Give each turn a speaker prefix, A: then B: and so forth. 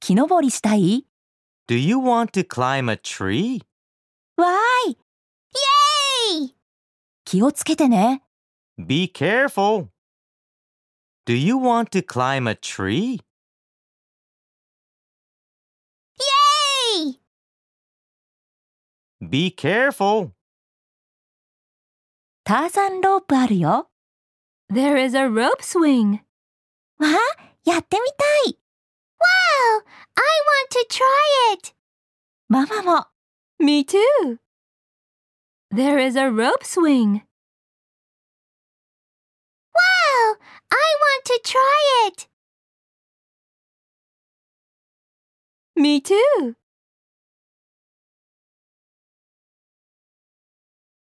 A: 木登りしたい
B: Do you want to climb a tree?
A: わーい
C: イエーイ
A: 気をつけてね。
B: Be careful. Do you want to climb a tree?
C: えい
B: Be careful.
A: ターザンロープあるよ。There is a rope swing. わあ、やってみたい
C: Wow! I want to try it!
A: ママも。Me too. There is a rope swing.
C: Wow! I want to try it!
A: Me too.